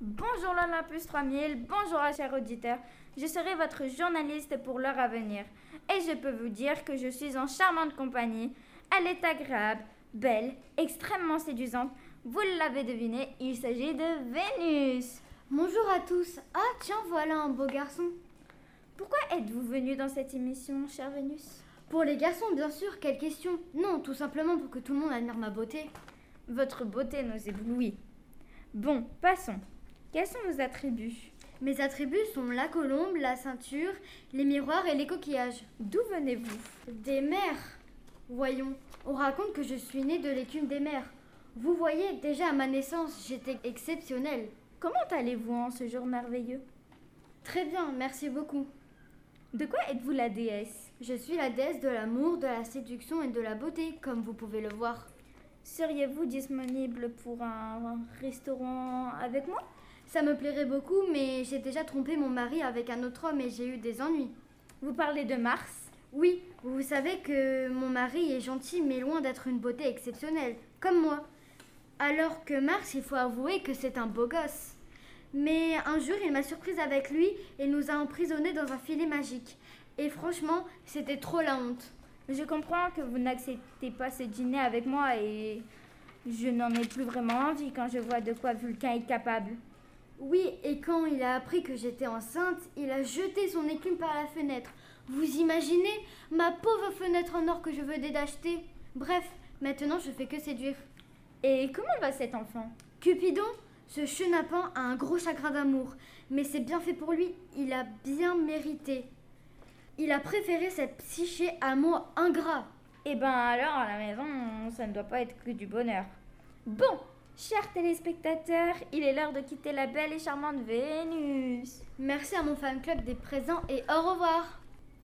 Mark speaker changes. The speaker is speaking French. Speaker 1: Bonjour l'Olympus 3000, bonjour à chers auditeurs. Je serai votre journaliste pour l'heure à venir. Et je peux vous dire que je suis en charmante compagnie. Elle est agréable, belle, extrêmement séduisante. Vous l'avez deviné, il s'agit de Vénus.
Speaker 2: Bonjour à tous. Ah tiens, voilà un beau garçon.
Speaker 1: Pourquoi êtes-vous venu dans cette émission, chère Vénus
Speaker 2: Pour les garçons, bien sûr, quelle question Non, tout simplement pour que tout le monde admire ma beauté.
Speaker 1: Votre beauté nous éblouit. Bon, passons. Quels sont vos attributs
Speaker 2: Mes attributs sont la colombe, la ceinture, les miroirs et les coquillages.
Speaker 1: D'où venez-vous
Speaker 2: Des mers Voyons, on raconte que je suis née de l'écume des mers. Vous voyez, déjà à ma naissance, j'étais exceptionnelle.
Speaker 1: Comment allez-vous en ce jour merveilleux
Speaker 2: Très bien, merci beaucoup.
Speaker 1: De quoi êtes-vous la déesse
Speaker 2: Je suis la déesse de l'amour, de la séduction et de la beauté, comme vous pouvez le voir.
Speaker 1: Seriez-vous disponible pour un restaurant avec moi
Speaker 2: Ça me plairait beaucoup, mais j'ai déjà trompé mon mari avec un autre homme et j'ai eu des ennuis.
Speaker 1: Vous parlez de Mars
Speaker 2: Oui, vous savez que mon mari est gentil, mais loin d'être une beauté exceptionnelle, comme moi. Alors que Mars, il faut avouer que c'est un beau gosse. Mais un jour, il m'a surprise avec lui et nous a emprisonnés dans un filet magique. Et franchement, c'était trop la honte.
Speaker 1: Je comprends que vous n'acceptez pas ce dîner avec moi et je n'en ai plus vraiment envie quand je vois de quoi Vulcain est capable.
Speaker 2: Oui, et quand il a appris que j'étais enceinte, il a jeté son écume par la fenêtre. Vous imaginez Ma pauvre fenêtre en or que je venais d'acheter. Bref, maintenant je fais que séduire.
Speaker 1: Et comment va cet enfant
Speaker 2: Cupidon, ce chenapan a un gros chagrin d'amour, mais c'est bien fait pour lui, il a bien mérité. Il a préféré cette psyché à moi ingrat.
Speaker 1: Eh ben alors, à la maison, ça ne doit pas être que du bonheur. Bon, chers téléspectateurs, il est l'heure de quitter la belle et charmante Vénus.
Speaker 2: Merci à mon fan club des présents et au revoir.